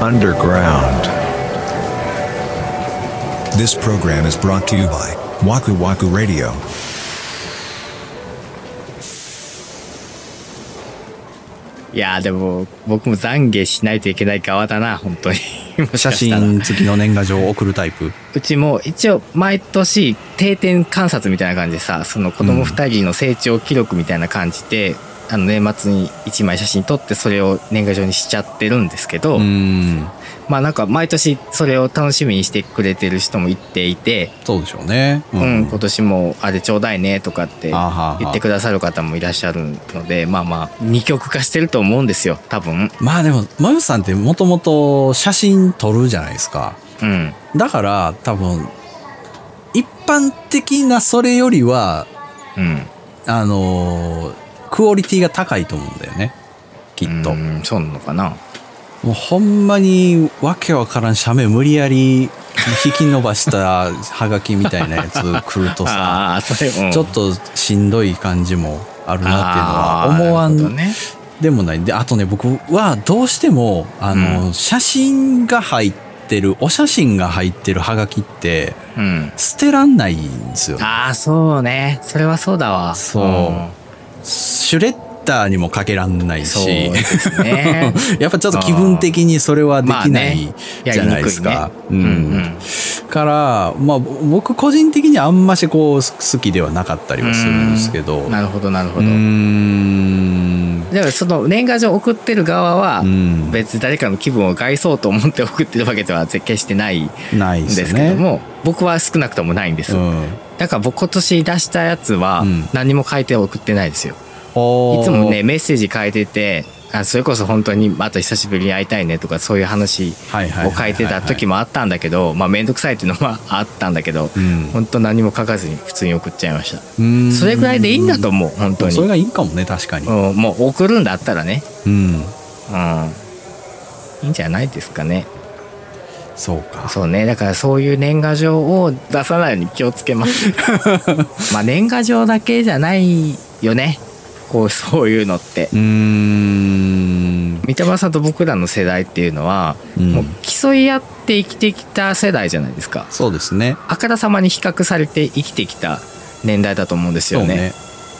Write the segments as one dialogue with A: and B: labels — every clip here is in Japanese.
A: underground. This program is brought to you by Waku Waku Radio.
B: いやーでも僕も懺悔しないといけない側だな本当にもし
C: 写
B: かしたら
C: 真付きの年賀状を送るタイプ。
B: うちも一応毎年定点観察みたいな感じでさその子供2人の成長記録みたいな感じで、あの年末に1枚写真撮ってそれを年賀状にしちゃってるんですけど、
C: うん。
B: まあなんか毎年それを楽しみにしてくれてる人もいていて、
C: そうでしょうね。う
B: うん今年もあれちょうだいねとかって
C: あはは
B: 言ってくださる方もいらっしゃるのでまあまあ二極化してると思うんですよ多分。
C: まあでも、まゆさんってもともと写真撮るじゃないですか。
B: うん
C: だから、多分、一般的なそれよりは、
B: うん
C: あのークオリティが高いと思うんだよね。きっと。
B: うんそうなのかな
C: もうほんまにわけわからん写メ無理やり引き伸ばしたハガキみたいなやつ来るとさ、
B: ああそれ、うん
C: ちょっとしんどい感じもあるな
B: あ
C: っ
B: ー
C: ていうのは思わ
B: なるほ
C: ん
B: どね
C: でもない。で、あとね、僕はどうしても、あの、
B: う
C: 写真が入ってる、お写真が入ってるハガキって
B: うん
C: 捨てらんないんですよ。
B: ああそうねそれはそうだわ
C: そうシュレッダーにもかけらんない
B: ん
C: し
B: そう。ですね
C: やっぱちょっと気分的にそれはできないじゃないですか。
B: うんう
C: うん
B: ん
C: から、まあ、僕個人的にあんましこう好きではなかったりはするんですけど。
B: なるほどなるほ
C: う
B: ど、
C: ーん。
B: でもその年賀状送ってる側は
C: うん
B: 別に誰かの気分を害そうと思って送ってるわけでは決してないん
C: ない
B: で
C: ですね。
B: すけども、僕は少なくともないんです、
C: うん。
B: だから僕今年出したやつは
C: うん
B: 何も書いて送ってないですよ、
C: おー
B: いつもね、メッセージ変えててあそれこそ本当にまた久しぶりに会いたいねとかそういう話
C: はいはいはいはい
B: を
C: はい
B: 書いてた時もあったんだけどまあ面倒くさいっていうのはあ ったんだけど、
C: うん
B: 本当何も書かずに普通に送っちゃいました、
C: うーん
B: それぐらいでいいんだと思う本当に
C: それがいいかもね、確かに。
B: うんもう送るんだったらね
C: うん。
B: うんいいんじゃないですかね
C: そうか。
B: そうねだからそういう年賀状を出さないように気をつけます まあ年賀状だけじゃないよねこうそういうのって
C: うーん。
B: 三田村さんと僕らの世代っていうのは、
C: うん
B: もう競い合って生きてきた世代じゃないですか
C: そうですね。
B: あからさまに比較されて生きてきた年代だと思うんですよね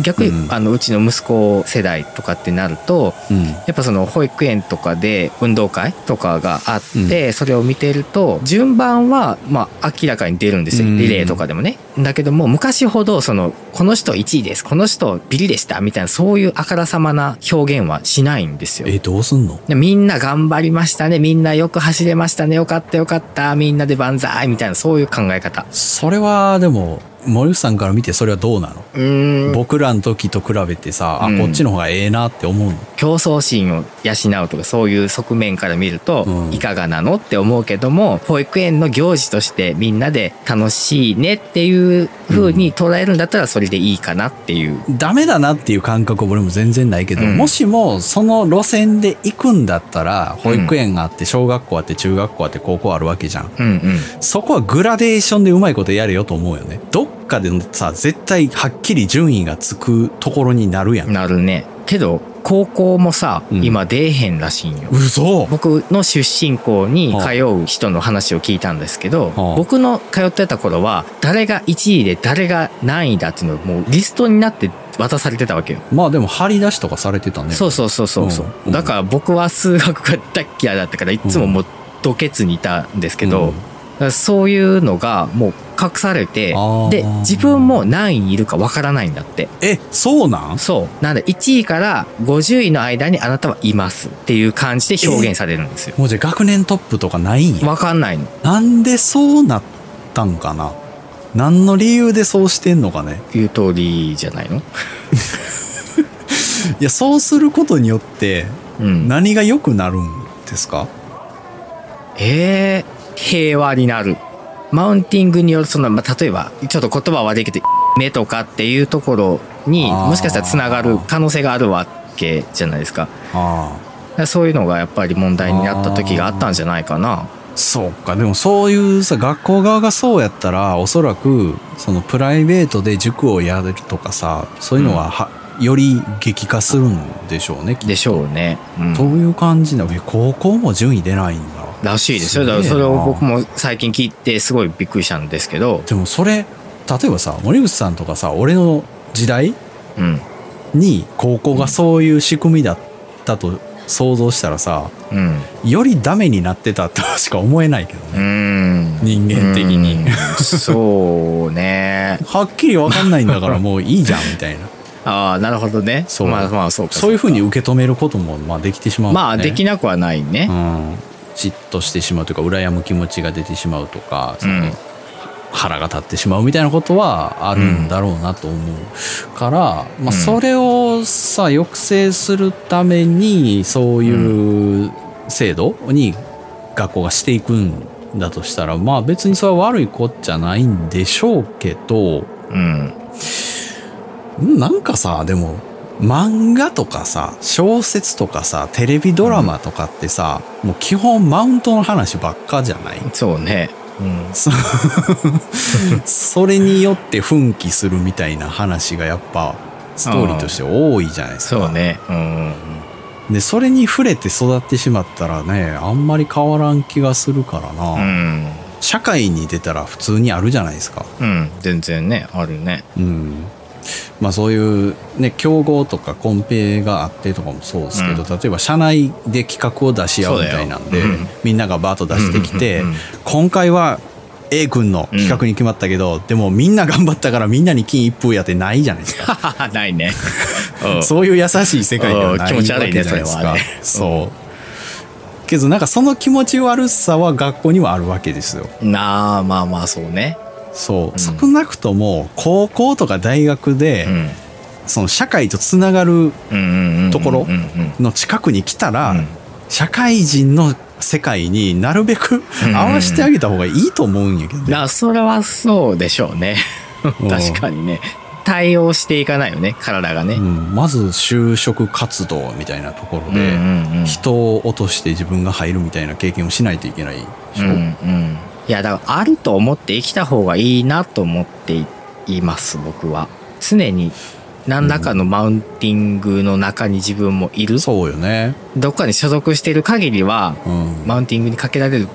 B: 逆に、
C: うん
B: あのうちの息子世代とかってなると
C: そうね。
B: やっぱその保育園とかで運動会とかがあって、それを見てると順番はまあ明らかに出るんですよ
C: うん
B: リレーとかでもね。だけども昔ほどそのこの人1位ですこの人ビリでしたみたいなそういうあからさまな表現はしないんですよ
C: うん。。え、どうすんの
B: でみんな頑張りましたねみんなよく走れましたねよかったよかったみんなで万歳みたいなそういう考え方。
C: それはでも森内さんから見てそれはどうなの、
B: うーん
C: 僕らの時と比べてさ、
B: うん
C: あこっちの方がええなって思うの
B: 競争心を養うとかそういう側面から見ると
C: うん
B: いかがなのって思うけども保育園の行事としてみんなで楽しいねっていう風に捉えるんだったらそれでいいかなっていう。
C: ダメだなっていう感覚は俺も全然ないけど、
B: うん
C: もしもその路線で行くんだったら保育園があって小学校あって中学校あって高校あるわけじゃん
B: うんうん、
C: そこはグラデーションでうまいことやれよと思うよねどっかでさ絶対はっきり順位がつくところになるやん、
B: なるね。けど高校もさ、
C: うん
B: 今出えへんらしいんよ。
C: 嘘
B: 僕の出身校に通う人の話を聞いたんですけど、
C: はあ
B: 僕の通ってた頃は誰が1位で誰が何位だっていうのがもうリストになって渡されてたわけよ。
C: まあでも張り出しとかされてたね
B: そうそうそうそうそう、
C: うん
B: だから僕は数学が大っ嫌いだったからいつももうドケツにいたんですけ
C: う
B: ど、
C: ん
B: だからそういうのがもう隠されて
C: あー
B: で自分も何位にいるかわからないんだって
C: えそうなん
B: そうなんで1位から50位の間にあなたはいますっていう感じで表現されるんですよ
C: もうじゃあ学年トップとかないんや
B: わかんないの
C: なんでそうなったんかな何の理由でそうしてんのかね
B: 言う通りじゃないの
C: いや、そうすることによって
B: うん
C: 何が良くなるんですか
B: えー、平和になるマウンティングによるその、まあ、例えばちょっと言葉は悪いけど目とかっていうところに
C: あー
B: もしかしたらつながる可能性があるわけじゃないですかだ
C: あ
B: からそういうのがやっぱり問題になった時があったんじゃないかな
C: あ。そうか。でもそういうさ、学校側がそうやったら、おそらく、そのプライベートで塾をやるとかさ、そういうのはは、より激化するんでしょうね、きっ
B: でしょうね、うん
C: と。そういう感じなの。え高校も順位出ないんだ。
B: らしいですよ。
C: す
B: だ
C: げえな
B: からそれを僕も最近聞いてすごいびっくりしたんですけど、
C: でもそれ例えばさ森口さんとかさ俺の時代
B: うん。
C: に高校がそういう仕組みだったと想像したらさ
B: うん。
C: よりダメになってたとしか思えないけど
B: う
C: ね
B: ーん。
C: 人間的に
B: うん。そうね。
C: はっきり分かんないんだ からもういいじゃんみたいな
B: ああ、なるほどね。
C: そう
B: まあまあ、そうか。
C: そういうふう
B: に。
C: に受け止めることもまあできてしまうもんね
B: まあ、できなくはないね
C: う。ん、嫉妬してしまうというか羨む気持ちが出てしまうとかその、
B: うん
C: 腹が立ってしまうみたいなことはあるんだろうなと思うから、まあ、それをさ抑制するためにそういう制度に学校がしていくんだとしたらまあ別にそれは悪いこっちゃないんでしょうけど
B: うん。
C: んなんかさでも漫画とかさ小説とかさテレビドラマとかってさ、もう基本マウントの話ばっかじゃない
B: そうね。うん。
C: そそれによって奮起するみたいな話がやっぱストーリーとして多いじゃないですか。
B: そうね。うん。
C: でそれに触れて育ってしまったらねあんまり変わらん気がするからな、
B: うん。
C: 社会に出たら普通にあるじゃないですか。
B: うん。全然ね、あるね。
C: うんまあ、そういう、ね、競合とかコンペがあってとかもそうですけど、
B: う
C: 例えば社内で企画を出し合うみたいなんで、
B: そうだようん
C: みんながバーッと出してきて、
B: うんうんうんうん
C: 今回は A 君の企画に決まったけど、でもみんな頑張ったからみんなに金一封やってないじゃないですか。
B: ははな いね。うん
C: そういう優しい世界ではない
B: うん気持ち悪いね
C: わけじゃなですか
B: それはね
C: そう。けどなんかその気持ち悪さは学校にはあるわけですよ。
B: なあ、まあまあ、そうね。
C: そう。
B: ん
C: 少なくとも高校とか大学で、
B: うん。
C: その社会とつながる
B: うんうんうんうん。
C: ところ
B: うんうん。
C: の近くに来たら、
B: うん
C: 社会人の世界になるべく
B: うん
C: 合わせてあげた方がいいと思うんやけどね、
B: なそれはそうでしょうね
C: うん
B: 確かにね対応していかないよね体がね、
C: うんまず就職活動みたいなところで、
B: うんうんうん
C: 人を落として自分が入るみたいな経験をしないといけないでしょ、
B: うんうんいやだからあると思って生きた方がいいなと思っていいます僕は常に何らかのマウンティングの中に自分もいる、
C: そうよね、
B: どっかに所属している限りは
C: うん
B: マウンティングにかけられる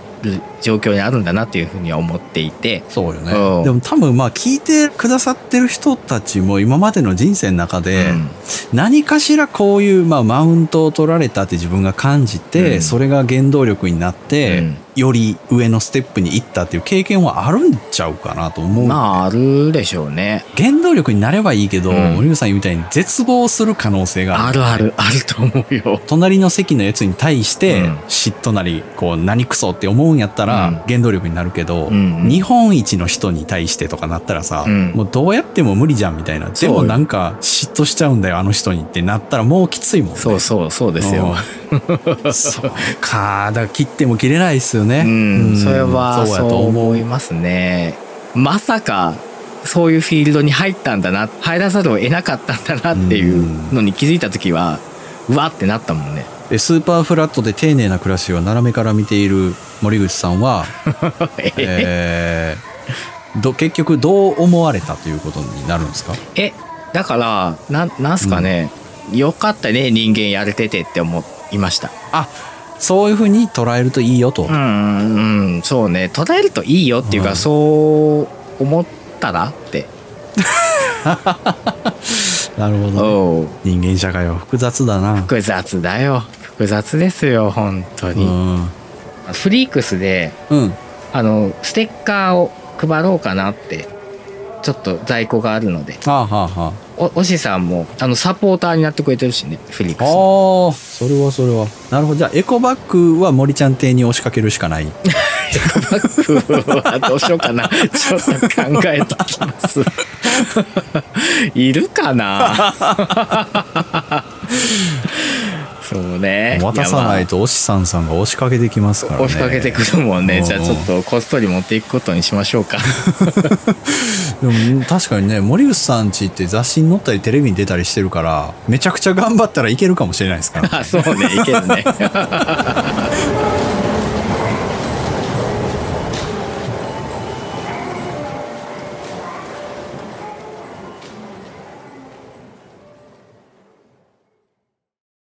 B: 状況にあるんだなというふうには思っていて
C: そうよね、
B: うん
C: でも多分まあ聞いてくださってる人たちも今までの人生の中で、
B: うん
C: 何かしらこういう、まあ、マウントを取られたって自分が感じて、
B: うん
C: それが原動力になって、
B: うん
C: より上のステップに行ったっていう経験はあるんちゃうかなと思う、
B: まああるでしょうね
C: 原動力になればいいけど、
B: うん
C: 森口さんみたいに絶望する可能性があ
B: あ
C: る
B: るあるあると思うよ
C: 隣の席のやつに対して、
B: うん
C: 嫉妬なりこう何クソって思うんやったら、
B: うん
C: 原動力になるけど、
B: うんうん
C: 日本一の人に対してとかなったらさ、
B: うん
C: もうどうやっても無理じゃんみたいなで
B: そう
C: も
B: よ
C: なんか嫉妬しちゃうんだよあの人にってなったらもうきついもんね
B: そうそうそうですよ
C: うん。 そうか、だから切っても切れないですよね。
B: うん、それは
C: そうや
B: そ
C: と
B: う
C: 思
B: 思
C: う。
B: いますね。まさかそういうフィールドに入ったんだな入らざるを得なかったんだなっていうのに気づいた時はうわってなったもんね。
C: えスーパーフラットで丁寧な暮らしを斜めから見ている森口さんは、
B: え
C: えーど結局どう思われたということになるんですか
B: えだからなんなんすかね、よかったね人間やれててって思いました。
C: あそういうふうに捉えるといいよと。
B: うんうんうんそうね捉えるといいよっていうか、
C: うん
B: そう思ったらって。
C: なるほどね、
B: おう
C: 人間社会は複雑だな。
B: 複雑だよ複雑ですよ本当
C: う
B: に。
C: ん。
B: フリークスで
C: うん。
B: あのステッカーを配ろうかなってちょっと在庫があるので
C: はあはあはあ。
B: おおしさんもあのサポーターになってくれてるしねフリックスの
C: ああ、それはそれは。なるほど。じゃあ、エコバッグは森ちゃん邸に押しかけるしか ない。
B: バッグは どうしようかなちょっと考えてきます いるかな そうね
C: 渡さないとおしさんさんが押しかけてきますからね
B: 押しかけてくるもん
C: う
B: ね
C: ん
B: じゃあちょっとこっそり持っていくことにしましょうか
C: でも確かにね森口さんちって雑誌に載ったりテレビに出たりしてるからめちゃくちゃ頑張ったらいけるかもしれないですから
B: あそうねいけるね